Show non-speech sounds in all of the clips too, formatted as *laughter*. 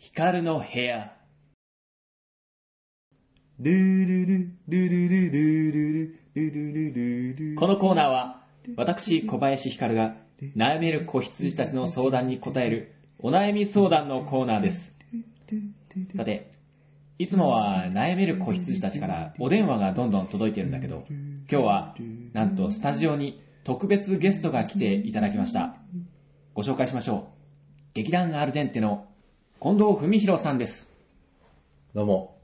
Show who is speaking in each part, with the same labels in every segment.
Speaker 1: 光の部屋。
Speaker 2: ルルルルルルルルルルルルル
Speaker 1: このコーナーは、私、小林光が悩める子羊たちの相談に答えるお悩み相談のコーナーです。さて、いつもは悩める子羊たちからお電話がどんどん届いてるんだけど、今日はなんとスタジオに特別ゲストが来ていただきました。ご紹介しましょう。劇団アルデンテの近藤文博さんです。
Speaker 3: どうも、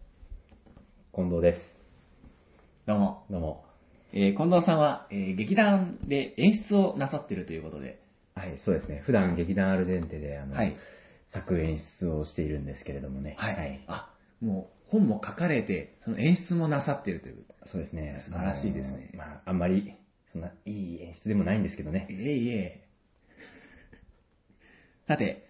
Speaker 3: 近藤です。
Speaker 1: どうも。
Speaker 3: どうも。
Speaker 1: えー近藤さんは、えー劇団で演出をなさってるということで、
Speaker 3: はい、そうですね。普段劇団アルデンテで、あの、
Speaker 1: はい。
Speaker 3: 作演出をしているんですけれどもね。
Speaker 1: はい。あ、もう本も書かれて、その演出もなさってるという。
Speaker 3: そうですね。
Speaker 1: 素晴らしいですね
Speaker 3: あのまあ、あんまり、そんな、いい演出でもないんですけどね。
Speaker 1: いえいえ。さて、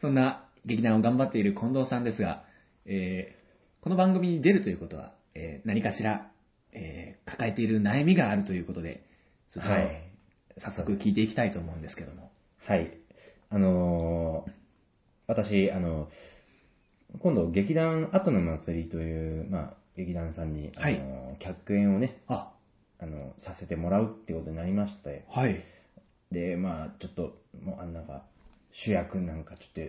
Speaker 1: そんな劇団を頑張っている近藤さんですが、えーこの番組に出るということは、えー何かしら、えー抱えている悩みがあるということで、そちらを
Speaker 3: はい。
Speaker 1: 早速聞いていきたいと思うんですけども。
Speaker 3: はい。あのー私、あの、今度、劇団後の祭りという、まあ、劇団さんに、あの客演をね、
Speaker 1: あ、
Speaker 3: あの、させてもらうってことになりましたよ。
Speaker 1: はい。
Speaker 3: で、まあ、ちょっと、もう、あんなんか、主役なんかちょっ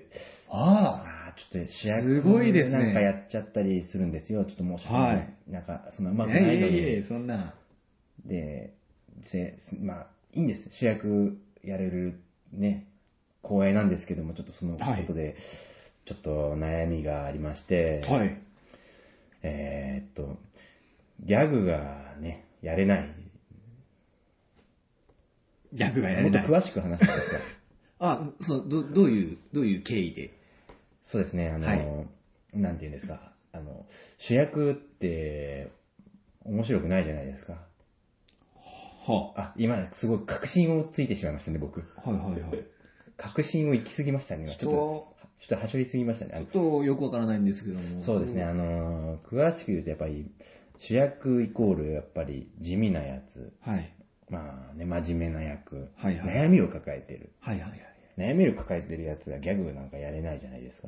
Speaker 3: と、
Speaker 1: あ
Speaker 3: ああ、ちょっと主役
Speaker 1: すごいですね
Speaker 3: なんかやっちゃったりするんですよ。ちょっと申し訳ない。
Speaker 1: はい
Speaker 3: なんか、そんなう
Speaker 1: あ、
Speaker 3: ま
Speaker 1: い
Speaker 3: く
Speaker 1: や
Speaker 3: ない
Speaker 1: い
Speaker 3: の
Speaker 1: や
Speaker 3: に。
Speaker 1: いや、そんな。
Speaker 3: で、せまあ、いいんです。主役やれるね、光栄なんですけども、ちょっとそのことで、ちょっと悩みがありまして、
Speaker 1: い。
Speaker 3: えーっと、ギャグがね、やれない。
Speaker 1: ギャグがや
Speaker 3: も
Speaker 1: れ
Speaker 3: っと
Speaker 1: ない。
Speaker 3: 詳しく
Speaker 1: *laughs*
Speaker 3: 話してください。
Speaker 1: あ、そう、ど、どういう、どういう経緯で。
Speaker 3: そうですね、あの、
Speaker 1: はい
Speaker 3: なんていうんですか、あの、主役って、面白くないじゃないですか。
Speaker 1: は
Speaker 3: あ、今、すごい確信をついてしまいましたね、僕。
Speaker 1: はいはいはい。
Speaker 3: 確信を行き過ぎましたね、今ち
Speaker 1: ち
Speaker 3: ょっと。
Speaker 1: ょ
Speaker 3: ちょっとはしょりすぎましたね。あ
Speaker 1: っ
Speaker 3: の
Speaker 1: と、ちょっとよくわからないんですけども。
Speaker 3: そうですね、あのー詳しく言うとやっぱり、主役イコールやっぱり地味なやつ、
Speaker 1: はい。
Speaker 3: まあね、真面目な役、
Speaker 1: はいはい。
Speaker 3: 悩みを抱えてる。
Speaker 1: はいはいはい。
Speaker 3: 悩みを抱えてるやつがギャグなんかやれないじゃないですか。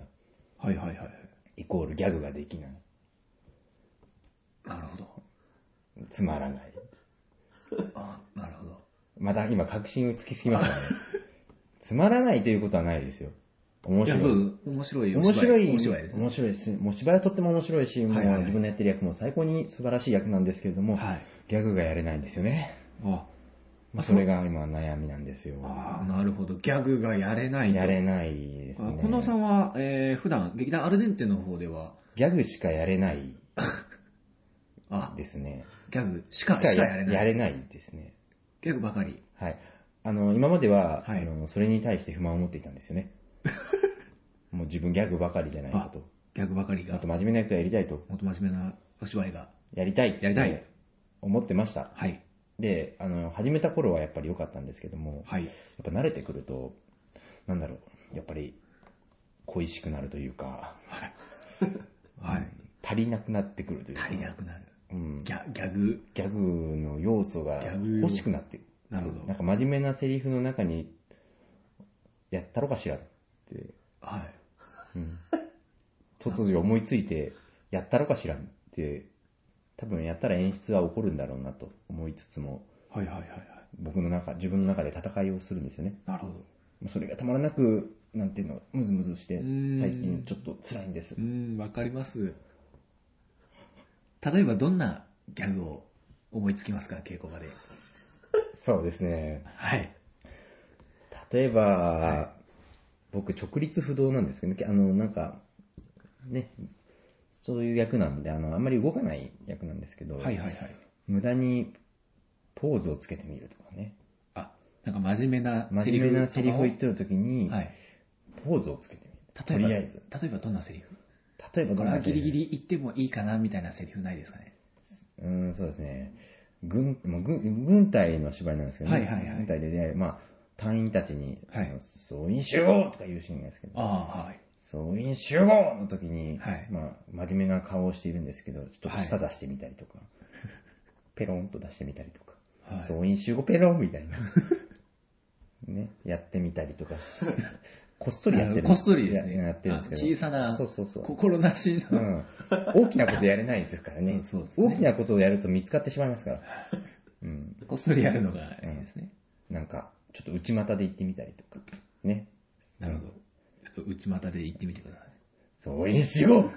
Speaker 1: はいはいはい。
Speaker 3: イコールギャグができない。
Speaker 1: なるほど。
Speaker 3: つまらない。
Speaker 1: あなるほど。
Speaker 3: また今確信をつきすぎました
Speaker 1: *laughs*
Speaker 3: ね。つまらないということはないですよ。面
Speaker 1: いや、
Speaker 3: 白
Speaker 1: そ
Speaker 3: い。
Speaker 1: う、面白いお芝
Speaker 3: 面
Speaker 1: 居。
Speaker 3: 白い、
Speaker 1: お芝居ですね。
Speaker 3: 面白いし、もう芝居はとっても面白いし、もう
Speaker 1: はいはい
Speaker 3: 自分のやってる役も最高に素晴らしい役なんですけれども、
Speaker 1: はい。
Speaker 3: ギャグがやれないんですよね。
Speaker 1: あ、
Speaker 3: まあ、それが今悩みなんですよ。
Speaker 1: あーなるほど。ギャグがやれない。
Speaker 3: やれないです
Speaker 1: あ
Speaker 3: ね。
Speaker 1: 近藤さんは、えー、普段、劇団アルデンテの方では、
Speaker 3: ギャグしかやれない
Speaker 1: あ、
Speaker 3: ですね。
Speaker 1: ギャグしか、しかやれ
Speaker 3: や
Speaker 1: ない。
Speaker 3: れないですね。
Speaker 1: ギャグばかり。
Speaker 3: はい。あの、今までは、
Speaker 1: はい
Speaker 3: あのそれに対して不満を持っていたんです
Speaker 1: *laughs*
Speaker 3: よね。もう自分ギャグばかりじゃないかと。
Speaker 1: ギャグばかり
Speaker 3: あ
Speaker 1: が
Speaker 3: と、真面目な役やりたいと。
Speaker 1: もっと真面目なお芝居が。
Speaker 3: やりたい。
Speaker 1: やりたい。
Speaker 3: 思ってました。
Speaker 1: はい。
Speaker 3: で、あの、始めた頃はやっぱり良かったんですけども、
Speaker 1: はい。
Speaker 3: やっぱ慣れてくると、なんだろう、やっぱり恋しくなるというか、
Speaker 1: はい。
Speaker 3: 足りなくなってくるというか、
Speaker 1: 足りなくなる。
Speaker 3: うん、
Speaker 1: ギ
Speaker 3: ギャ
Speaker 1: ャ、ギャグ。
Speaker 3: グの要素が
Speaker 1: ギャグ
Speaker 3: 欲しくなって
Speaker 1: なるほ
Speaker 3: な
Speaker 1: ど
Speaker 3: ん。か真面目なセリフの中に、やったろかしらって、
Speaker 1: はい。
Speaker 3: うん、突如思いついて、やったろかしらって、多分やったら演出は起こるんだろうなと思いつつも、
Speaker 1: はいはいはいはい。
Speaker 3: 僕の中、自分の中で戦いをするんですよね。
Speaker 1: なるほど。
Speaker 3: もうそれがたまらなく、なんていうの、ムズムズして
Speaker 1: うーん、
Speaker 3: 最近ちょっと辛いんです
Speaker 1: う。ん、わかります。例えばどんなギャグを思いつきますか、稽古場で。
Speaker 3: そうですね。
Speaker 1: はい。
Speaker 3: 例えば、僕、直立不動なんですけど、あの、なんか、ね、そういう役なんで、あの、あんまり動かない役なんですけど、
Speaker 1: はいはいはい。
Speaker 3: 無駄にポーズをつけてみるとかね、
Speaker 1: あ、なんか真面目な
Speaker 3: 真
Speaker 1: セリフ
Speaker 3: 面目なセリフを言ってる時に、
Speaker 1: はい。
Speaker 3: ポーズをつけてみる。
Speaker 1: 例えば、
Speaker 3: とりあえず。
Speaker 1: 例えばどんなセリフ
Speaker 3: 例えば
Speaker 1: こ
Speaker 3: どん
Speaker 1: れは
Speaker 3: な
Speaker 1: ギリギリ言ってもいいかなみたいなセリフないですかね。
Speaker 3: うん、そうですね。軍、もう軍軍隊の芝居なんですけどね。
Speaker 1: はいはいはい
Speaker 3: 軍隊で、ね、まあ、隊員たちに、
Speaker 1: はい
Speaker 3: あの総員集合とか言うシーンなんですけど、
Speaker 1: ああ、はい。
Speaker 3: 総員集合の時に、
Speaker 1: はい
Speaker 3: まあ、真面目な顔をしているんですけど、ちょっと舌出してみたりとか、ペロンと出してみたりとか、
Speaker 1: はい
Speaker 3: *laughs* 総員集合ペロンみたいな、ね、やってみたりとかしこっそりやってる。
Speaker 1: こっそりですね
Speaker 3: ややってるんですけど。
Speaker 1: あ小さな
Speaker 3: そうそうそう。
Speaker 1: 心なし
Speaker 3: う
Speaker 1: の。
Speaker 3: ん。大きなことやれないですからね。
Speaker 1: *laughs* そうそうですね
Speaker 3: 大きなことをやると見つかってしまいます
Speaker 1: *laughs*
Speaker 3: から。うん。
Speaker 1: こっそりやるのがいいですね。
Speaker 3: なんか、ちょっと内股で行ってみたりとか。ね。
Speaker 1: なるほど。ちょっと内股で行ってみてください。
Speaker 3: そうにし
Speaker 1: *laughs*
Speaker 3: よ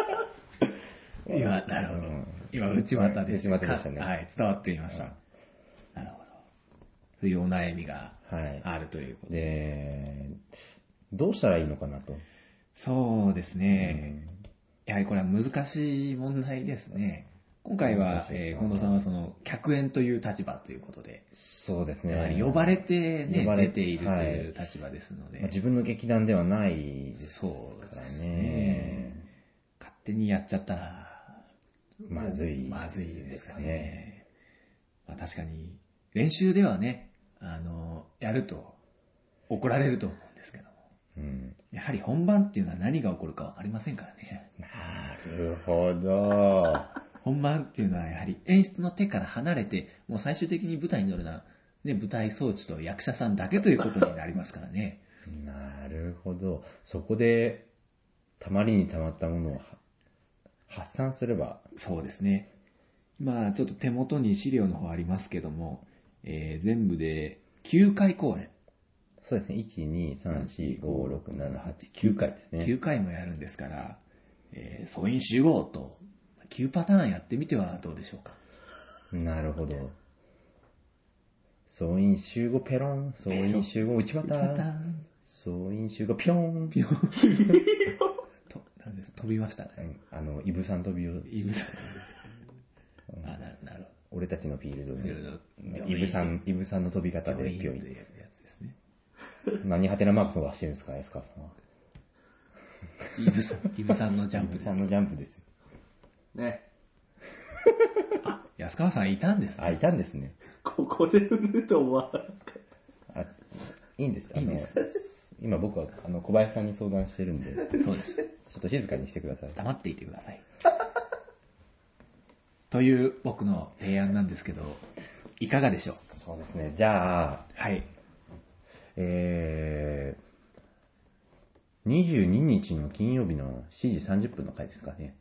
Speaker 3: う
Speaker 1: 今、なるほど
Speaker 3: うん。
Speaker 1: 今、内股で
Speaker 3: 内股でしたね
Speaker 1: かはい、伝わっていました。なるほど。そういうお悩みが
Speaker 3: はい。
Speaker 1: あるということで。
Speaker 3: で、どうしたらいいのかなと。
Speaker 1: そうですね。やはりこれは難しい問題ですね。今回
Speaker 3: 難
Speaker 1: は、
Speaker 3: しいです
Speaker 1: え
Speaker 3: か
Speaker 1: ー近藤さんはその、客演という立場ということで、
Speaker 3: そうですね。
Speaker 1: やはり呼ばれてね
Speaker 3: 呼、ばれ
Speaker 1: 出ているという
Speaker 3: は
Speaker 1: 立場ですので、
Speaker 3: まあ自分の劇団ではないです
Speaker 1: そう
Speaker 3: か
Speaker 1: で
Speaker 3: ら
Speaker 1: す
Speaker 3: ね
Speaker 1: ね。。勝手にやっちゃったら、
Speaker 3: まずい。
Speaker 1: まずいですか。ね。まあ、確かに、練習ではね、あの、やると、怒られると思うんですけども、
Speaker 3: うん。
Speaker 1: やはり本番っていうのは何が起こるかわかりませんからね。
Speaker 3: なるほど。
Speaker 1: 本番っていうのはやはり演出の手から離れて、もう最終的に舞台に乗るのは、ね、舞台装置と役者さんだけということになりますからね。
Speaker 3: なるほど。そこで、たまりにたまったものをは発散すれば、
Speaker 1: そうですね。今、ちょっと手元に資料の方ありますけども、えー全部で9回公演、
Speaker 3: そうですね。1、2、3、4、5、6、7、8、9回ですね。
Speaker 1: 9回もやるんですから、えー、素因集合と9パターンやってみてはどうでしょうか。
Speaker 3: なるほど。総員集合ペロン、総員集合内
Speaker 1: パター
Speaker 3: 股、
Speaker 1: ン
Speaker 3: 総員集合ピョン。
Speaker 1: ピヨンとなんです飛びました
Speaker 3: う
Speaker 1: ね。
Speaker 3: んあの、イブさん飛びを、
Speaker 1: イブさん。あ、なるなる
Speaker 3: 俺たちのフィールド
Speaker 1: ほどいろいろ。
Speaker 3: で、イブさん、イブさんの飛び方
Speaker 1: 病
Speaker 3: で
Speaker 1: 院
Speaker 3: ピョ
Speaker 1: というや
Speaker 3: ン。
Speaker 1: つですね。
Speaker 3: 何ハテナマーク飛ばしてるんですか、安川さんは。
Speaker 1: イブさん、イブさんのジャン
Speaker 3: イ
Speaker 1: プ
Speaker 3: ブ
Speaker 1: です
Speaker 3: さ。んのジャンプですよ。
Speaker 2: ね、
Speaker 1: 安川さんいたんです
Speaker 3: あ、
Speaker 1: ね。
Speaker 3: いたんですね。
Speaker 2: ここで産むと思わなかっ
Speaker 3: あいいんです。あの
Speaker 1: いい
Speaker 3: 今僕はあの小林さんに相談してるんで、ち
Speaker 1: そうです。
Speaker 3: ょっと静かにしてください。
Speaker 1: 黙っていてください。 *laughs* という僕の提案なんですけど、いかがでしょう
Speaker 3: そうですね。じゃあ、
Speaker 1: はい。
Speaker 3: えー、22日の金曜日の7時30分の回ですかね。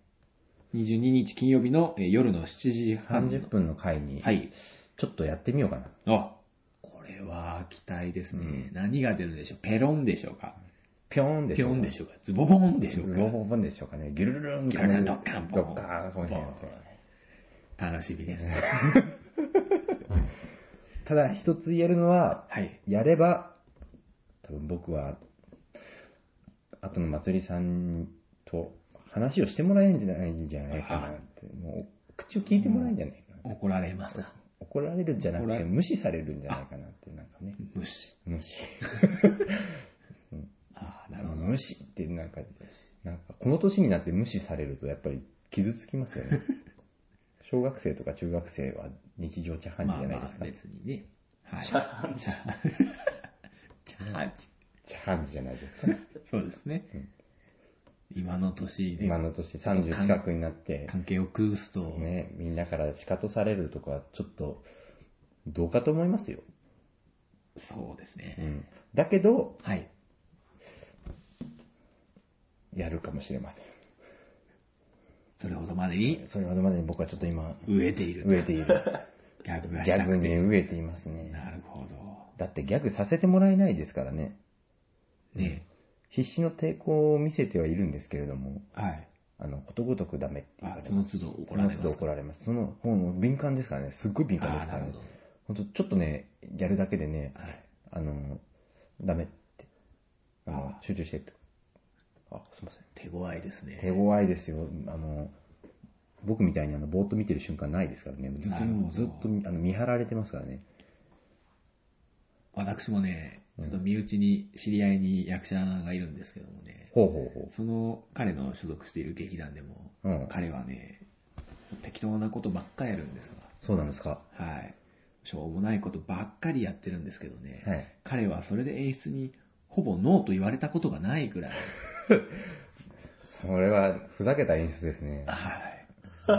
Speaker 1: 22日金曜日のえー夜の7時半
Speaker 3: 30分の回に、
Speaker 1: はい。
Speaker 3: ちょっとやってみようかな。
Speaker 1: あ、これは期待ですね。
Speaker 3: うん
Speaker 1: 何が出るんでしょうペロンでしょうか
Speaker 3: ぴょーんで
Speaker 1: ピ
Speaker 3: しょ
Speaker 1: ョ
Speaker 3: うか
Speaker 1: ンでしょうかズボボンでしょう
Speaker 3: ズ
Speaker 1: か
Speaker 3: ボボンでしょうかね。ギュルルルン、
Speaker 1: ギュルルンドッカン
Speaker 3: ドッカンかもしれないですね
Speaker 1: 楽しみです。
Speaker 3: ただ一つ言えるのは、
Speaker 1: はい。
Speaker 3: やれば、多分僕は、後の祭りさんと話をしてもらえるんじゃないんじゃないかなって、もう口を聞いてもらえるんじゃないかな。
Speaker 1: 怒られますか
Speaker 3: 怒られるんじゃなく
Speaker 1: 怒ら
Speaker 3: て
Speaker 1: れ
Speaker 3: 無視されるんじゃないかなって、なんかね、
Speaker 1: 無視。
Speaker 3: 無視。
Speaker 1: ああ、なるほど。
Speaker 3: 無視ってなんか、なんかこの年になって無視されるとやっぱり傷つきますよ *laughs* ね。小学生とか中学生は日常茶飯
Speaker 1: ま
Speaker 3: 事
Speaker 1: あ
Speaker 3: じゃない
Speaker 1: まあ、
Speaker 3: です
Speaker 1: 別にね。はい。チャ
Speaker 2: た。
Speaker 1: ージ。チャージ。
Speaker 3: か。茶飯事じゃないですか。
Speaker 1: そうですね。今の年で
Speaker 3: 今の年30近くになって、
Speaker 1: 関係を崩すと、
Speaker 3: ね、みんなから仕方されるとか、ちょっと、どうかと思いますよ。
Speaker 1: そうですね。
Speaker 3: うん。だけど、
Speaker 1: はい。
Speaker 3: やるかもしれませ
Speaker 1: それほどまでに
Speaker 3: ん。それまでまでに僕はちょっと今、
Speaker 1: 植えている。
Speaker 3: 飢えて *laughs* いる。
Speaker 1: ギャグがし
Speaker 3: ギ
Speaker 1: た
Speaker 3: ャグ
Speaker 1: く
Speaker 3: に
Speaker 1: て。
Speaker 3: 飢えていますね。
Speaker 1: なるほど。
Speaker 3: だってギャグさせてもらえないですからね。
Speaker 1: ね
Speaker 3: 必死の抵抗を見せてはいるんですけれども、
Speaker 1: はい。
Speaker 3: あの、ことごとくダメっていう
Speaker 1: あ
Speaker 3: か、
Speaker 1: その都度怒られま
Speaker 3: その都度
Speaker 1: すか
Speaker 3: 怒られます。その、もう敏感ですからね。すっごい敏感ですから
Speaker 1: あーな
Speaker 3: ね
Speaker 1: るほど。
Speaker 3: ほんと、ちょっとね、やるだけでね、
Speaker 1: はい。
Speaker 3: あの、ダメって。あの、集中してって。あ、すいません。
Speaker 1: 手強いですね。
Speaker 3: 手強いですよ。あの、僕みたいにあの、ぼーっと見てる瞬間ないですからね。ずっ
Speaker 1: なるほ
Speaker 3: と、
Speaker 1: ど
Speaker 3: ずっとあの見張られてますからね。
Speaker 1: 私もね、ちょっと身内に、知り合いに役者がいるんですけどもね、
Speaker 3: ほうほうほ
Speaker 1: その彼の所属している劇団でも、
Speaker 3: う。うん。
Speaker 1: 彼はね、適当なことばっかやるんです
Speaker 3: そうなんですか。
Speaker 1: わ。はい。しょうもないことばっかりやってるんですけどね、
Speaker 3: はい。
Speaker 1: 彼はそれで演出にほぼノーと言われたことがないぐらい、
Speaker 3: それは、ふざけた演出ですね。
Speaker 1: はい。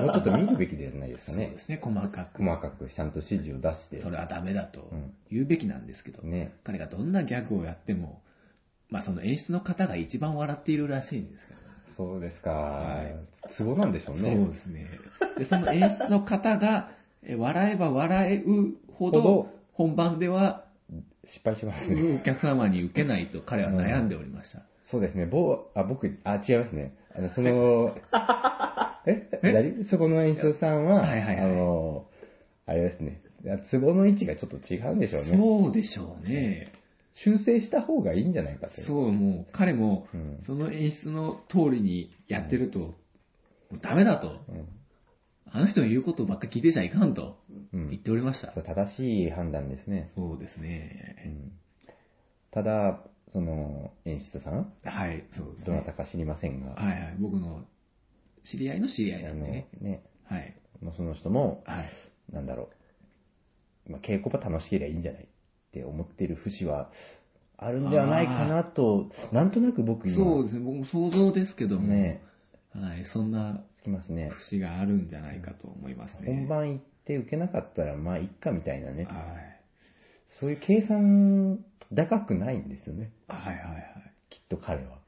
Speaker 3: もうちょっと見るべきじゃないです
Speaker 1: そ
Speaker 3: か
Speaker 1: う
Speaker 3: ね
Speaker 1: で。すね、細かく。
Speaker 3: 細かくちゃんと指示を出して。
Speaker 1: それはダメだと
Speaker 3: うん
Speaker 1: 言うべきなんですけど、
Speaker 3: ね。
Speaker 1: 彼がどんなギャグをやっても、まあ、その演出の方が一番笑っているらしいんですけど、
Speaker 3: そうです
Speaker 1: は
Speaker 3: か
Speaker 1: い。
Speaker 3: ツボなんでしょうね。
Speaker 1: そうですね。で、その演出の方が、え笑えば笑うほ
Speaker 3: ほ
Speaker 1: ど
Speaker 3: ど、
Speaker 1: 本番では、
Speaker 3: 失敗しますね。
Speaker 1: お客様に受けないと彼は悩んでおりました。
Speaker 3: そうですね。ぼあ、僕、あ、違いますね。あの、その、え誰そこの演出さんは、
Speaker 1: はいはいはい
Speaker 3: あの、あれですね。ツボの位置がちょっと違うんでしょうね。
Speaker 1: そうでしょうね。
Speaker 3: 修正した方がいいんじゃないかという。
Speaker 1: そう、もう彼も
Speaker 3: うん、
Speaker 1: その演出の通りにやってると、もうダメだと。
Speaker 3: うん。
Speaker 1: あの人の言うことばっか聞いてちゃいかんと
Speaker 3: うん
Speaker 1: 言っておりました
Speaker 3: そ。う正しい判断ですね。
Speaker 1: そうです
Speaker 3: う
Speaker 1: ね。
Speaker 3: ん。ただ、その、演出さん、
Speaker 1: はい、そうです
Speaker 3: どな
Speaker 1: ね。
Speaker 3: たか知りませんが、
Speaker 1: はいはい、僕の知り合いの知り合い
Speaker 3: あ
Speaker 1: なん
Speaker 3: の、
Speaker 1: でね
Speaker 3: ね。、
Speaker 1: はい。
Speaker 3: まあ、その人も、
Speaker 1: はい。
Speaker 3: なんだろう、まあ、稽古場楽しければいいんじゃないって思ってる節はあるんではないかなと、なんとなく僕
Speaker 1: そう
Speaker 3: 今、
Speaker 1: ですね、僕も想像ですけども、
Speaker 3: ね、
Speaker 1: はい、そんな
Speaker 3: つきますね。
Speaker 1: 節があるんじゃないかと思いますね。
Speaker 3: 本番行って受けなかったら、まあ、いっかみたいなね、
Speaker 1: はい。
Speaker 3: そういう計算高くないんですよね、
Speaker 1: はいはいはい。
Speaker 3: きっと彼は。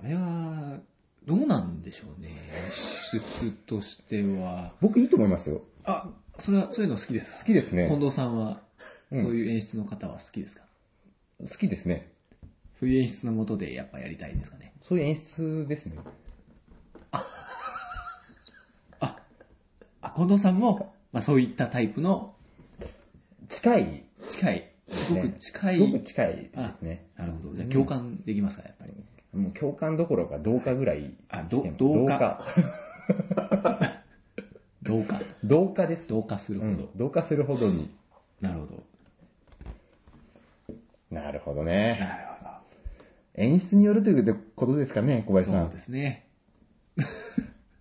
Speaker 1: それは、どうなんでしょうね。演出としては。
Speaker 3: 僕いいと思いますよ。
Speaker 1: あ、それは、そういうの好きですか
Speaker 3: 好きですね
Speaker 1: 近。藤さんは、
Speaker 3: うん
Speaker 1: そういう演出の方は好きですか、
Speaker 3: 好きですね。
Speaker 1: そういう演出のもとでやっぱやりたいですかね。
Speaker 3: そういう演出ですね。
Speaker 1: あ、あ近藤さんも、まあそういったタイプの
Speaker 3: 近い、
Speaker 1: 近い、すごく近い、
Speaker 3: すごく近いですね。
Speaker 1: なるほど。じゃあ共感できますか、やっぱり。
Speaker 3: もう共感どころか同化ぐらい。
Speaker 1: あ、ど
Speaker 3: 来てます
Speaker 1: 同化。同化。
Speaker 3: 同化で
Speaker 1: *laughs*
Speaker 3: す。
Speaker 1: 同化するほ
Speaker 3: う
Speaker 1: ど。
Speaker 3: ん同化するほどに。
Speaker 1: なるほど。
Speaker 3: なるほどね。
Speaker 1: なるほど。
Speaker 3: 演出によるということですかね、小林さ
Speaker 1: そうんで。すね。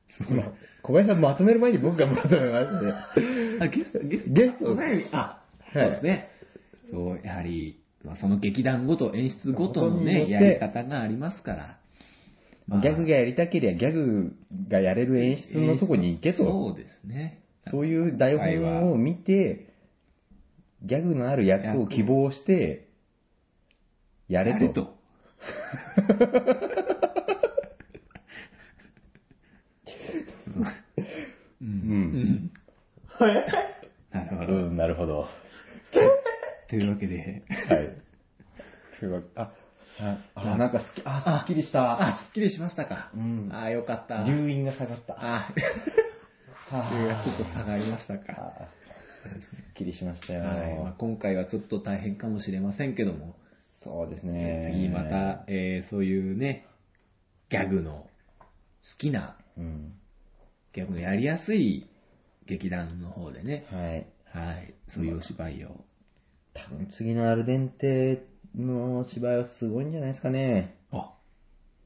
Speaker 1: そう
Speaker 3: 今小林さんまとめる前に僕がまとめまして。
Speaker 1: あ、ゲスト、ゲスト。
Speaker 3: ゲスト
Speaker 1: お悩みあ、
Speaker 3: はい
Speaker 1: そうですね。そう、やはり、まあ、その劇団ごと、演出ごとの
Speaker 3: ごとによ
Speaker 1: ね、
Speaker 3: って
Speaker 1: やり方がありますから。まあ
Speaker 3: ギャグがやりたけりゃギャグがやれる演出のとこに行けと。
Speaker 1: そうですね。
Speaker 3: そういう台本を見て、ギャグのある役を希望して、や
Speaker 1: や
Speaker 3: れ
Speaker 1: れ
Speaker 3: と。
Speaker 1: と。う。
Speaker 3: うん。
Speaker 1: うんん。なるほ
Speaker 3: う
Speaker 1: ど。
Speaker 3: ん、なるほど。は
Speaker 1: というわけで、 *laughs*
Speaker 3: い。すごい。あ、あ、あなんかすっき、あ、すっきりした。
Speaker 1: あ、すっきりしましたか。
Speaker 3: うん
Speaker 1: あ、よかった。
Speaker 3: 留飲が下がった。
Speaker 1: あ、
Speaker 3: は
Speaker 1: ちょ *laughs* っと下がりましたか。
Speaker 3: あすっきりしましたよ。
Speaker 1: はいまあ、今回はちょっと大変かもしれませんけども、
Speaker 3: そうですね。
Speaker 1: 次また、えーそういうね、ギャグの好きな、
Speaker 3: うん。
Speaker 1: ギャグのやりやすい劇団の方でね、
Speaker 3: はい。
Speaker 1: はい、そういうお芝居を。
Speaker 3: 多分次のアルデンテの芝居はすごいんじゃないですかね。
Speaker 1: あ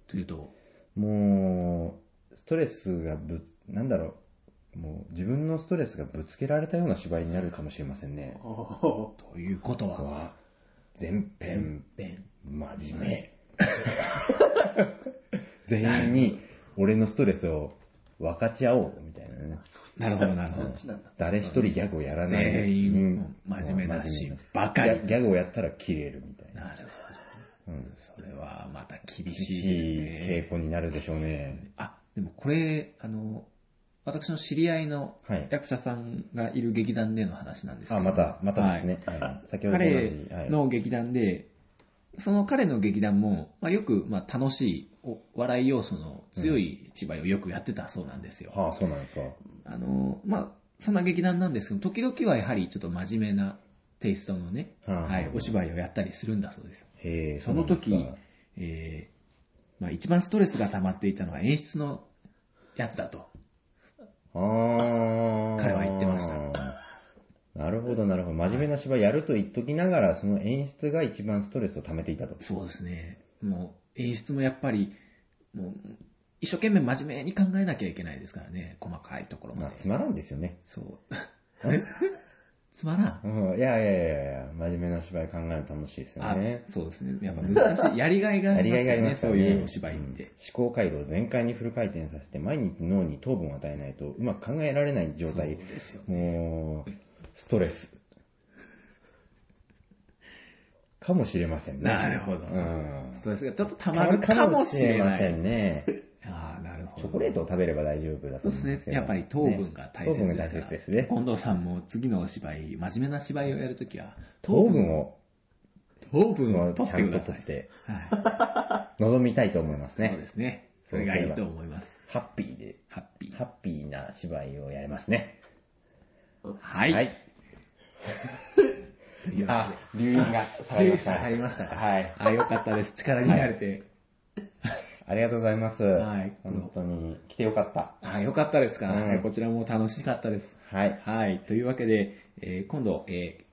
Speaker 1: というと、
Speaker 3: もう、ストレスがぶ、なんだろう。もう自分のストレスがぶつけられたような芝居になるかもしれませんね。
Speaker 1: ということ
Speaker 3: 僕
Speaker 1: は、
Speaker 3: は、全編
Speaker 1: 全編。
Speaker 3: 真面
Speaker 1: *laughs*
Speaker 3: 目。全員に俺のストレスを分かち合おうみたいなね。
Speaker 1: なるほど、なるほど。
Speaker 3: 誰一人ギャグをやらない。
Speaker 1: 全員
Speaker 3: うん
Speaker 1: 真面目だし
Speaker 3: 真面目
Speaker 1: バカに
Speaker 3: ギャギャグをやったら切れるみたいな。
Speaker 1: なる
Speaker 3: う
Speaker 1: ほど
Speaker 3: ん。
Speaker 1: それはまた厳
Speaker 3: 厳
Speaker 1: しいです
Speaker 3: しい
Speaker 1: ね。
Speaker 3: 傾向になるでしょうね。
Speaker 1: あ、でもこれ、あの、私の知り合いの
Speaker 3: はい
Speaker 1: 役者さんがいる劇団での話なんですけど
Speaker 3: あ、また、またですね。はい先ほどと同じ
Speaker 1: 彼の劇団で、その彼の劇団も、まあ、よく、まあ、楽しいお笑い要素の強い芝居をよくやってたそうなんですよ。
Speaker 3: はい、はあ、そうなんですか。
Speaker 1: あの、まあ、そんな劇団なんですけど、時々はやはりちょっと真面目なテイストのね、
Speaker 3: はあ
Speaker 1: はい、お芝居をやったりするんだそうです。
Speaker 3: へえ
Speaker 1: その時
Speaker 3: そうなんですか、
Speaker 1: えーまあ、一番ストレスが溜まっていたのは演出のやつだと。
Speaker 3: あー
Speaker 1: 彼は言ってました。
Speaker 3: なるほど、なるほど。真面目な芝居やると言っときながら、その演出が一番ストレスを溜めていたと。
Speaker 1: そうですね。もう演出もやっぱり、もう一生懸命真面目に考えなきゃいけないですからね、細かいところ
Speaker 3: ま
Speaker 1: ま
Speaker 3: あ、
Speaker 1: で。
Speaker 3: つまらんですよね。
Speaker 1: そう。つまらん。
Speaker 3: うん、いやいやいやいや、真面目な芝居考えるの楽しいですよ
Speaker 1: あ
Speaker 3: ね。
Speaker 1: そうですね。やっぱ難しい。やりがいがあ
Speaker 3: や
Speaker 1: りま
Speaker 3: りが
Speaker 1: す
Speaker 3: いがあ
Speaker 1: よ
Speaker 3: りま
Speaker 1: ね、
Speaker 3: す
Speaker 1: そ
Speaker 3: よ
Speaker 1: う
Speaker 3: ね。
Speaker 1: いうお芝居って。
Speaker 3: うん思考回路を全開にフル回転させて、毎日脳に糖分を与えないと、うまく考えられない状態
Speaker 1: そう。ですよ。
Speaker 3: もう、ストレス。かもしれませんね。
Speaker 1: なるほど
Speaker 3: うん。
Speaker 1: ストレスがちょっと溜まるかもしれな
Speaker 3: かもしれませ
Speaker 1: い。
Speaker 3: んね。
Speaker 1: ああ、なるほど。
Speaker 3: チョコレートを食べれば大丈夫だ
Speaker 1: そ
Speaker 3: と
Speaker 1: うです
Speaker 3: 思うんで
Speaker 1: ね
Speaker 3: す。けど。
Speaker 1: やっぱり糖分が大切
Speaker 3: ね糖分
Speaker 1: で
Speaker 3: が
Speaker 1: すか
Speaker 3: 大切
Speaker 1: ら。
Speaker 3: ですね。
Speaker 1: 近藤さんも次のお芝居、真面目な芝居をやるときは、
Speaker 3: 糖分を、
Speaker 1: 糖
Speaker 3: 糖
Speaker 1: 分
Speaker 3: 分
Speaker 1: を
Speaker 3: をち
Speaker 1: 取っ
Speaker 3: ゃ
Speaker 1: てく
Speaker 3: んと
Speaker 1: ださ
Speaker 3: 取っ
Speaker 1: い。
Speaker 3: て、
Speaker 1: はい
Speaker 3: 望みたいと思います
Speaker 1: そう
Speaker 3: ね
Speaker 1: で。すね。それがいいと思います。
Speaker 3: ハッピーで、
Speaker 1: ハッピー。
Speaker 3: ハッピーな芝居をやれますね。
Speaker 1: はい。というわ
Speaker 3: あ、留飲が下がりました。
Speaker 1: 下がりましたか
Speaker 3: はい。
Speaker 1: けであ、よかったです。力になれて。
Speaker 3: ありがとうございます。
Speaker 1: はい
Speaker 3: 本当に来てよかった。
Speaker 1: あ、よかったですか。
Speaker 3: うん
Speaker 1: こちらも楽しかったです。
Speaker 3: はい。
Speaker 1: はい。というわけで、えー今度、えー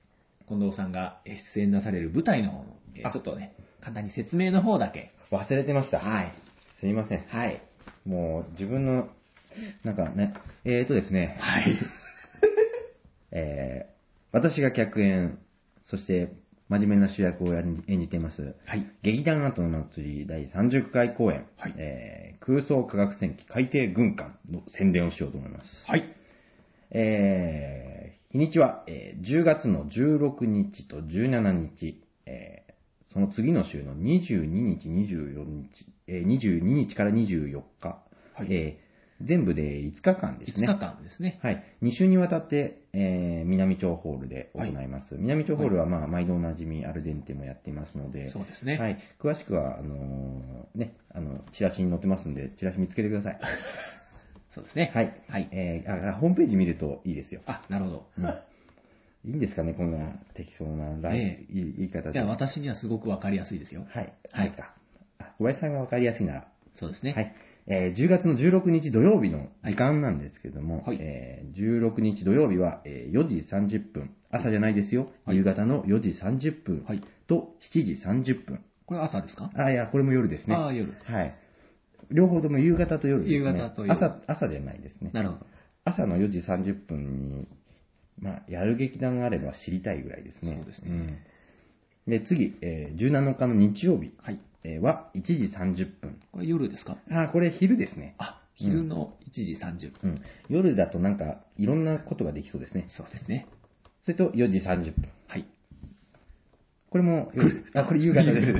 Speaker 1: 近藤さんがえー出演なされる舞台の方の、えー
Speaker 3: あ
Speaker 1: ちょっとね、簡単に説明の方だけ。
Speaker 3: 忘れてました。
Speaker 1: はい。
Speaker 3: すいません。
Speaker 1: はい。
Speaker 3: もう自分の、なんかね、えーとですね、
Speaker 1: はい。
Speaker 3: えー、私が客演、そして真面目な主役を演じ演じています、
Speaker 1: はい。
Speaker 3: 劇団アートの祭り第30回公演、
Speaker 1: はい
Speaker 3: えー空想科学戦記海底軍艦の宣伝をしようと思います。
Speaker 1: はい。
Speaker 3: えー日にちは、えー10月の16日と17日、えーその次の週の22日、24日、えー22日から24日、
Speaker 1: はい
Speaker 3: えー全部で5日間です
Speaker 1: 5
Speaker 3: ね。
Speaker 1: 日間ですね。
Speaker 3: はい、2週にわたって、えー南町ホールで行います。南町ホールは、まあ、毎度おなじみアルデンテもやっていますので、
Speaker 1: そうですね。
Speaker 3: はい、詳しくはあのーね、あのチラシに載ってますんで、チラシ見つけてくだ
Speaker 1: *laughs*
Speaker 3: さい。
Speaker 1: そうですね。
Speaker 3: はい、
Speaker 1: はい。
Speaker 3: えーあホームページ見るといいですよ。
Speaker 1: あ、なるほど。
Speaker 3: いいんですかね、こんな適当なライ、
Speaker 1: え
Speaker 3: いい言い方
Speaker 1: い
Speaker 3: で。
Speaker 1: や、
Speaker 3: はい。
Speaker 1: 私にはすごくわかりやすいですよ。はい
Speaker 3: ですかあ小林さんがわかりやすいなら。
Speaker 1: そうですね。
Speaker 3: はい。えー10月の16日土曜日の時間なんですけども、
Speaker 1: はい
Speaker 3: えー16日土曜日は、えー4時30分、朝じゃないですよ、
Speaker 1: はい
Speaker 3: 夕方の4時30分
Speaker 1: はい
Speaker 3: と7時30分。
Speaker 1: これ朝ですか
Speaker 3: あ、いや、これも夜ですね。
Speaker 1: ああ、夜。
Speaker 3: はい。両方とも夕方と夜ですね。
Speaker 1: 夕方と夜
Speaker 3: 朝、朝じゃないですね。
Speaker 1: なるほど。
Speaker 3: 朝の4時30分に、まあ、やる劇団があれば知りたいぐらいですね。
Speaker 1: そうですね
Speaker 3: うんで、次、えー17日の日曜日
Speaker 1: はい。
Speaker 3: えーは1時30分。
Speaker 1: これ夜ですか
Speaker 3: あー、これ昼ですね。
Speaker 1: あ、昼の1時30分。
Speaker 3: うん。夜だとなんか、いろんなことができそうですね。
Speaker 1: そうですね。
Speaker 3: それと4時30分。
Speaker 1: はい。
Speaker 3: これも夜、あ、これ夕
Speaker 1: *laughs*
Speaker 3: 方です。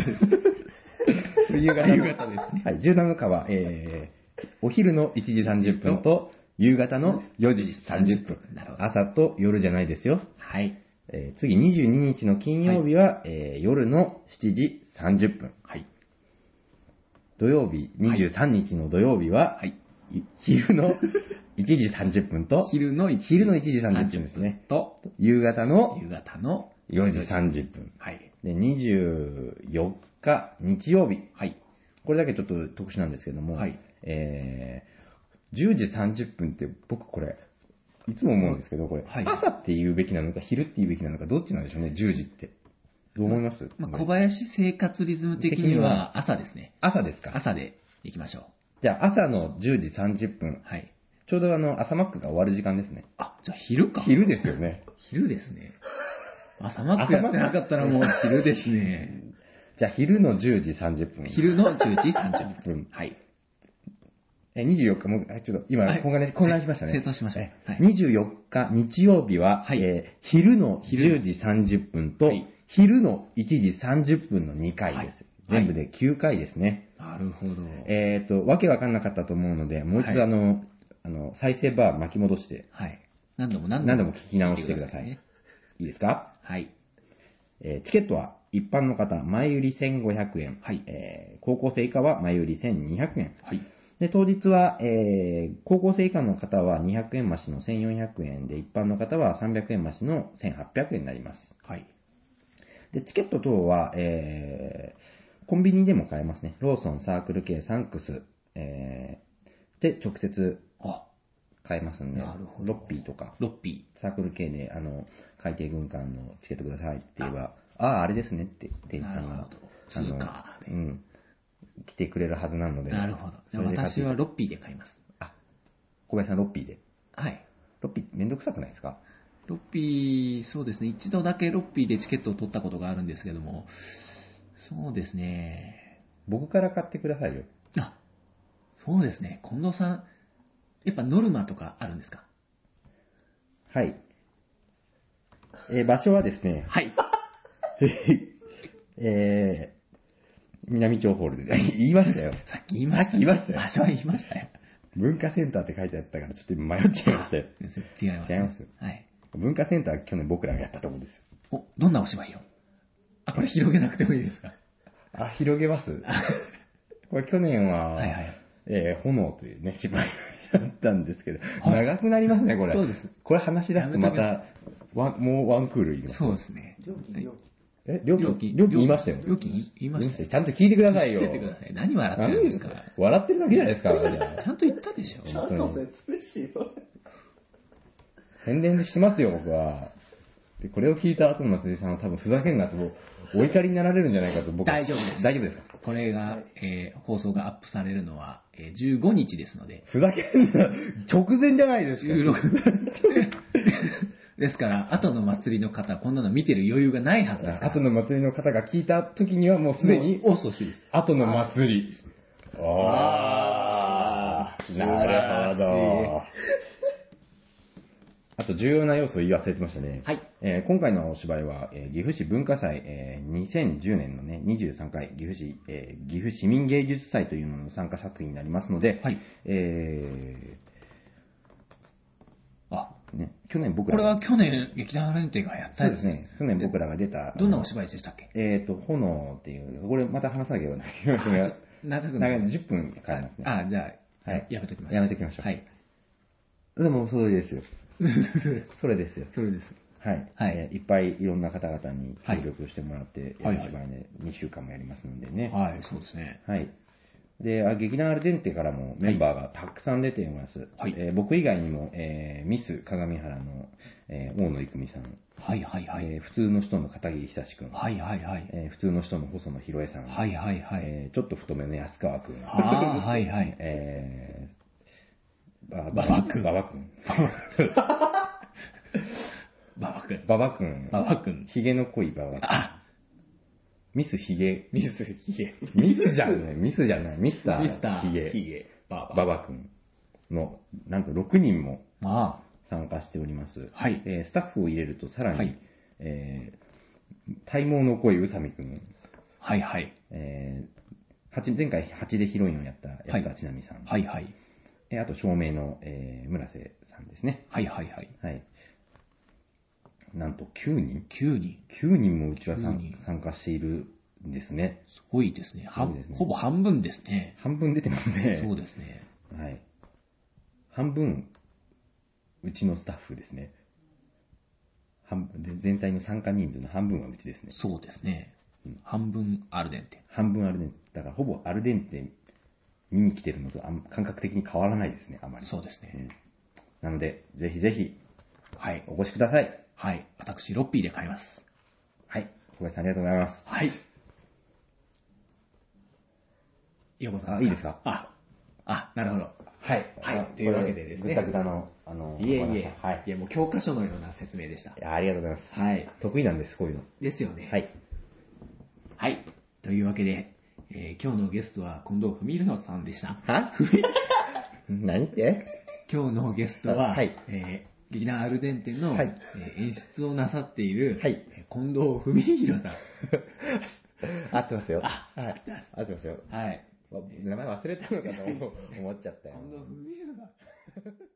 Speaker 3: これ夕方の
Speaker 1: 夕方ですね。
Speaker 3: はい、17日は、えーお昼の1時30分と、夕方の4時30分。
Speaker 1: なるほど
Speaker 3: 朝と夜じゃないですよ。
Speaker 1: はい。
Speaker 3: えー次22日の金曜日は、えー夜の7時30分。
Speaker 1: はい。
Speaker 3: 土曜日、23日の土曜日は、
Speaker 1: はい。
Speaker 3: い昼の1時30分と、
Speaker 1: 昼の1
Speaker 3: 昼の1時30分ですね。
Speaker 1: と、
Speaker 3: 夕方の
Speaker 1: 夕方の、
Speaker 3: 4時30分。
Speaker 1: はい。
Speaker 3: で、24日日曜日。
Speaker 1: はい。
Speaker 3: これだけちょっと特殊なんですけども、
Speaker 1: はい
Speaker 3: えー10時30分って僕これ、いつも思うんですけど、これ、
Speaker 1: はい
Speaker 3: 朝って言うべきなのか、昼って言うべきなのか、どっちなんでしょうね、10時って。どう思います、
Speaker 1: まあ、
Speaker 3: こ
Speaker 1: 小
Speaker 3: れ
Speaker 1: 林生活リズム的には朝ですね。
Speaker 3: 朝ですか
Speaker 1: 朝で行きましょ
Speaker 3: じゃあ朝の10時30
Speaker 1: う
Speaker 3: 分。。
Speaker 1: はい。
Speaker 3: ちょうどあの、朝マックが終わる時間ですね。
Speaker 1: あ、じゃあ昼か。
Speaker 3: 昼ですよね。
Speaker 1: 昼ですね。朝マックやってなかったらもう昼ですね。
Speaker 3: じゃあ昼の10時30分。
Speaker 1: 昼の10時30
Speaker 3: うん
Speaker 1: 分。はい。
Speaker 3: え、24日もう、あちょっと今
Speaker 1: はい、
Speaker 3: 混乱混乱しましたね。
Speaker 1: 正当しましょう
Speaker 3: え
Speaker 1: はい
Speaker 3: 24日日曜日は、
Speaker 1: はい
Speaker 3: えー昼の
Speaker 1: 昼
Speaker 3: 10時30分と、
Speaker 1: はい
Speaker 3: 昼の1時30分の2回です。
Speaker 1: はい
Speaker 3: 全部で9回ですね。
Speaker 1: なるほど。
Speaker 3: えっ、と、わけわかんなかったと思うので、もう一
Speaker 1: はい
Speaker 3: 度あの、あの、再生バー巻き戻して、
Speaker 1: はい。何度も何度も。
Speaker 3: 何度も聞き直してください。
Speaker 1: ね
Speaker 3: いいですか
Speaker 1: はい。
Speaker 3: えーチケットは一般の方、前売り1500円。
Speaker 1: はい
Speaker 3: えー高校生以下は前売り1200円。
Speaker 1: はい。
Speaker 3: で、当日は、えー高校生以下の方は200円増しの1400円で、一般の方は300円増しの1800円になります。
Speaker 1: はい。
Speaker 3: で、チケット等は、えーコンビニでも買えますね。ローソン、サークル系、サンクス、えーで、直接
Speaker 1: あ、
Speaker 3: 買えますんで、
Speaker 1: なるほど
Speaker 3: ロッピーとか、
Speaker 1: ロッピ
Speaker 3: サークル系で、あの、海底軍艦のチケットくださいって言えば、ああー、あれですねって、
Speaker 1: ー。
Speaker 3: 店員
Speaker 1: な
Speaker 3: さ
Speaker 1: る
Speaker 3: んが
Speaker 1: ほど。。
Speaker 3: あの
Speaker 1: 通貨
Speaker 3: う
Speaker 1: で。
Speaker 3: ん。来てくれるはずなので。
Speaker 1: なるほど。じゃ
Speaker 3: そ
Speaker 1: あ
Speaker 3: れで買っ
Speaker 1: 私
Speaker 3: て
Speaker 1: はロッピーで買います。
Speaker 3: あ、小林さんロッピーで。
Speaker 1: はい。
Speaker 3: ロッピーめんどくさくないですか
Speaker 1: ロッピー、そうですね、一度だけロッピーでチケットを取ったことがあるんですけども、そうですね、
Speaker 3: 僕から買ってくださいよ。
Speaker 1: あ、そうですね、近藤さん、やっぱノルマとかあるんですか
Speaker 3: はい。えー場所はです
Speaker 1: *laughs*
Speaker 3: ね、
Speaker 1: はい。
Speaker 3: えー、南町ホールで、 *laughs* 言いましたよ。
Speaker 1: さっき言いました
Speaker 3: さっき言いましたよ
Speaker 1: 場所は言いましたよ。
Speaker 3: 文化センターって書いてあったから、ちょっと今迷っちゃいましたよ。
Speaker 1: 違います、
Speaker 3: 違いますよ
Speaker 1: はい。
Speaker 3: 文化センターは去年僕らがやったとこですよ。
Speaker 1: お、どんなお芝居よあ、これ広げなくてもいいですか
Speaker 3: あ、広げます *laughs* これ去年は、
Speaker 1: はいはい。
Speaker 3: えー炎というね、芝居をやったんですけど、
Speaker 1: い
Speaker 3: 長くなりますね、これ。
Speaker 1: そうです。
Speaker 3: これ話し出すとま
Speaker 1: や
Speaker 3: た、ワンもうワンクールいります。
Speaker 1: そうですね。
Speaker 2: 料金、料金。
Speaker 3: え、料
Speaker 1: 料
Speaker 3: 金
Speaker 1: 金
Speaker 3: 料金言いましたよ。
Speaker 1: 料金言いました
Speaker 3: よ。ちゃんと聞いてくださいよ。
Speaker 1: 聞いてください。何笑って
Speaker 3: 何
Speaker 1: るん
Speaker 3: で
Speaker 1: ですす
Speaker 3: か
Speaker 1: か
Speaker 3: 笑ってるだけじゃないですか、あれじゃ
Speaker 1: ちゃんと言ったで
Speaker 3: *laughs*
Speaker 1: しょ。
Speaker 2: ちゃんと説明しよ
Speaker 3: 宣伝してますよ、僕は。でこれを聞いた後の辻さんは多分ふざけんなと、お怒りになられるんじゃないかと僕は
Speaker 1: 大丈夫です
Speaker 3: 大丈夫ですか
Speaker 1: これが、えー放送がアップされるのは、えー15日ですので、
Speaker 3: *laughs* ふざけんな、直前じゃないですか。
Speaker 1: 16 *laughs* ですから、後の祭りの方、こんなの見てる余裕がないはずですから。
Speaker 3: 後の祭りの方が聞いた時にはもうすでに、
Speaker 1: 遅しです。
Speaker 3: 後の祭り。ああ、なるほど。あと重要な要素を言い忘れてましたね。
Speaker 1: はい。
Speaker 3: えー今回のお芝居は、えー岐阜市文化祭、えー2010年のね、23回岐阜市、えー岐阜市民芸術祭というものの参加作品になりますので、
Speaker 1: はい。
Speaker 3: え
Speaker 1: あ、
Speaker 3: ーね、去年僕
Speaker 1: こ
Speaker 3: ら
Speaker 1: れ
Speaker 3: が
Speaker 1: は去年、劇団連帝がやった
Speaker 3: そう
Speaker 1: や
Speaker 3: で
Speaker 1: つ
Speaker 3: すね、去年僕らが出た、
Speaker 1: どんなお
Speaker 3: 居
Speaker 1: 芝居でしたっけ
Speaker 3: えっ、と、炎っていう、これまた話さなきゃいけ *laughs* ない。
Speaker 1: あちょ長くな
Speaker 3: 長い
Speaker 1: る。
Speaker 3: の10分かかりますね。
Speaker 1: あ、じゃあ、
Speaker 3: はい
Speaker 1: やめときましょう。
Speaker 3: やめときましょう
Speaker 1: はい。
Speaker 3: でも、それですよ。
Speaker 1: *laughs*
Speaker 3: それですよ。
Speaker 1: それです。
Speaker 3: はい。
Speaker 1: はい
Speaker 3: えーいっぱいいろんな方々に協力してもらって、
Speaker 1: はい
Speaker 3: えーお芝居ね、2週間もやりますのでね。
Speaker 1: はい、そうですね。
Speaker 3: はい。で、あ劇団アルデンテからもメンバーがたくさん出ています。
Speaker 1: はい
Speaker 3: えー僕以外にも、えーミス鏡原の、えー大野育美さん、
Speaker 1: はいはいはい。
Speaker 3: えー普通の人の片桐久志くん、
Speaker 1: はいはいはい。
Speaker 3: えー普通の人の細野博恵さん、
Speaker 1: はいはい *laughs* はい。
Speaker 3: えーちょっと太めの安川くん、
Speaker 1: ああ、はいはい。
Speaker 3: えー、ば
Speaker 1: 馬場くん
Speaker 3: 馬場くん。
Speaker 1: ババ君。
Speaker 3: 馬場くん。
Speaker 1: ババ君。
Speaker 3: ヒゲの濃い馬場くん。
Speaker 1: あ、
Speaker 3: ミスヒゲ。
Speaker 1: ミスヒゲ。
Speaker 3: ミスじゃない、ミスじゃない、ミスター。
Speaker 1: ミスター
Speaker 3: ヒゲ。
Speaker 1: ゲ。バ
Speaker 3: 馬場くんの、なんと6人も
Speaker 1: ま
Speaker 3: 参加しております。
Speaker 1: あ、はい。
Speaker 3: えースタッフを入れるとさらに、
Speaker 1: はい
Speaker 3: えー体毛の濃い宇佐美くん、
Speaker 1: はいはい。
Speaker 3: えー八前回8でヒロインをやった安田ちなみさん、
Speaker 1: はいはい。
Speaker 3: えーあと照明の、えー村瀬さんですね。
Speaker 1: はいはいはい。
Speaker 3: はい。なんと9人
Speaker 1: 9人。
Speaker 3: ?9 人もうちはさん
Speaker 1: 9人
Speaker 3: 参加しているんですね。
Speaker 1: すごいですね。は
Speaker 3: そうですね
Speaker 1: ほぼ半分ですね。
Speaker 3: 半分出てますね。
Speaker 1: そうですね。
Speaker 3: はい。半分、うちのスタッフですね。半分全体の参加人数の半分はうちですね。
Speaker 1: そうですね
Speaker 3: うん。
Speaker 1: 半分アルデンテ。
Speaker 3: 半分アルデンテ、だからほぼアルデンテ見に来てるのとあん感覚的に変わらないですね、あまり。
Speaker 1: そうですね。
Speaker 3: んなので、ぜひぜひ
Speaker 1: はい。
Speaker 3: お越しください。
Speaker 1: はい。私、ロッピーで買います。
Speaker 3: はい。小林さんありがとうございます。
Speaker 1: はい。ようございます
Speaker 3: あいいですか
Speaker 1: あ、あ、なるほど。
Speaker 3: はい
Speaker 1: はいというわけでですね
Speaker 3: ぐたぐたの、あの、
Speaker 1: いえい
Speaker 3: お話
Speaker 1: え、
Speaker 3: はい
Speaker 1: い、や、もう教科書のような説明でした
Speaker 3: い。や。ありがとうございます。
Speaker 1: はい。
Speaker 3: 得意なんです、こういうの。
Speaker 1: ですよね。
Speaker 3: はい。
Speaker 1: はい。というわけで、えー今日のゲストは近藤文弘さんでした。 *laughs*
Speaker 3: は何って
Speaker 1: 今日のゲストは、
Speaker 3: はい
Speaker 1: えー劇団アルデンテの、
Speaker 3: はい
Speaker 1: えー演出をなさっている、
Speaker 3: はい
Speaker 1: えー近藤文弘さん。
Speaker 3: 合ってますよ。
Speaker 1: あ
Speaker 3: はい。合ってますよ。
Speaker 1: はい。
Speaker 3: わ名前忘れたのかと思思っちゃったよ。
Speaker 1: 近藤文弘さん。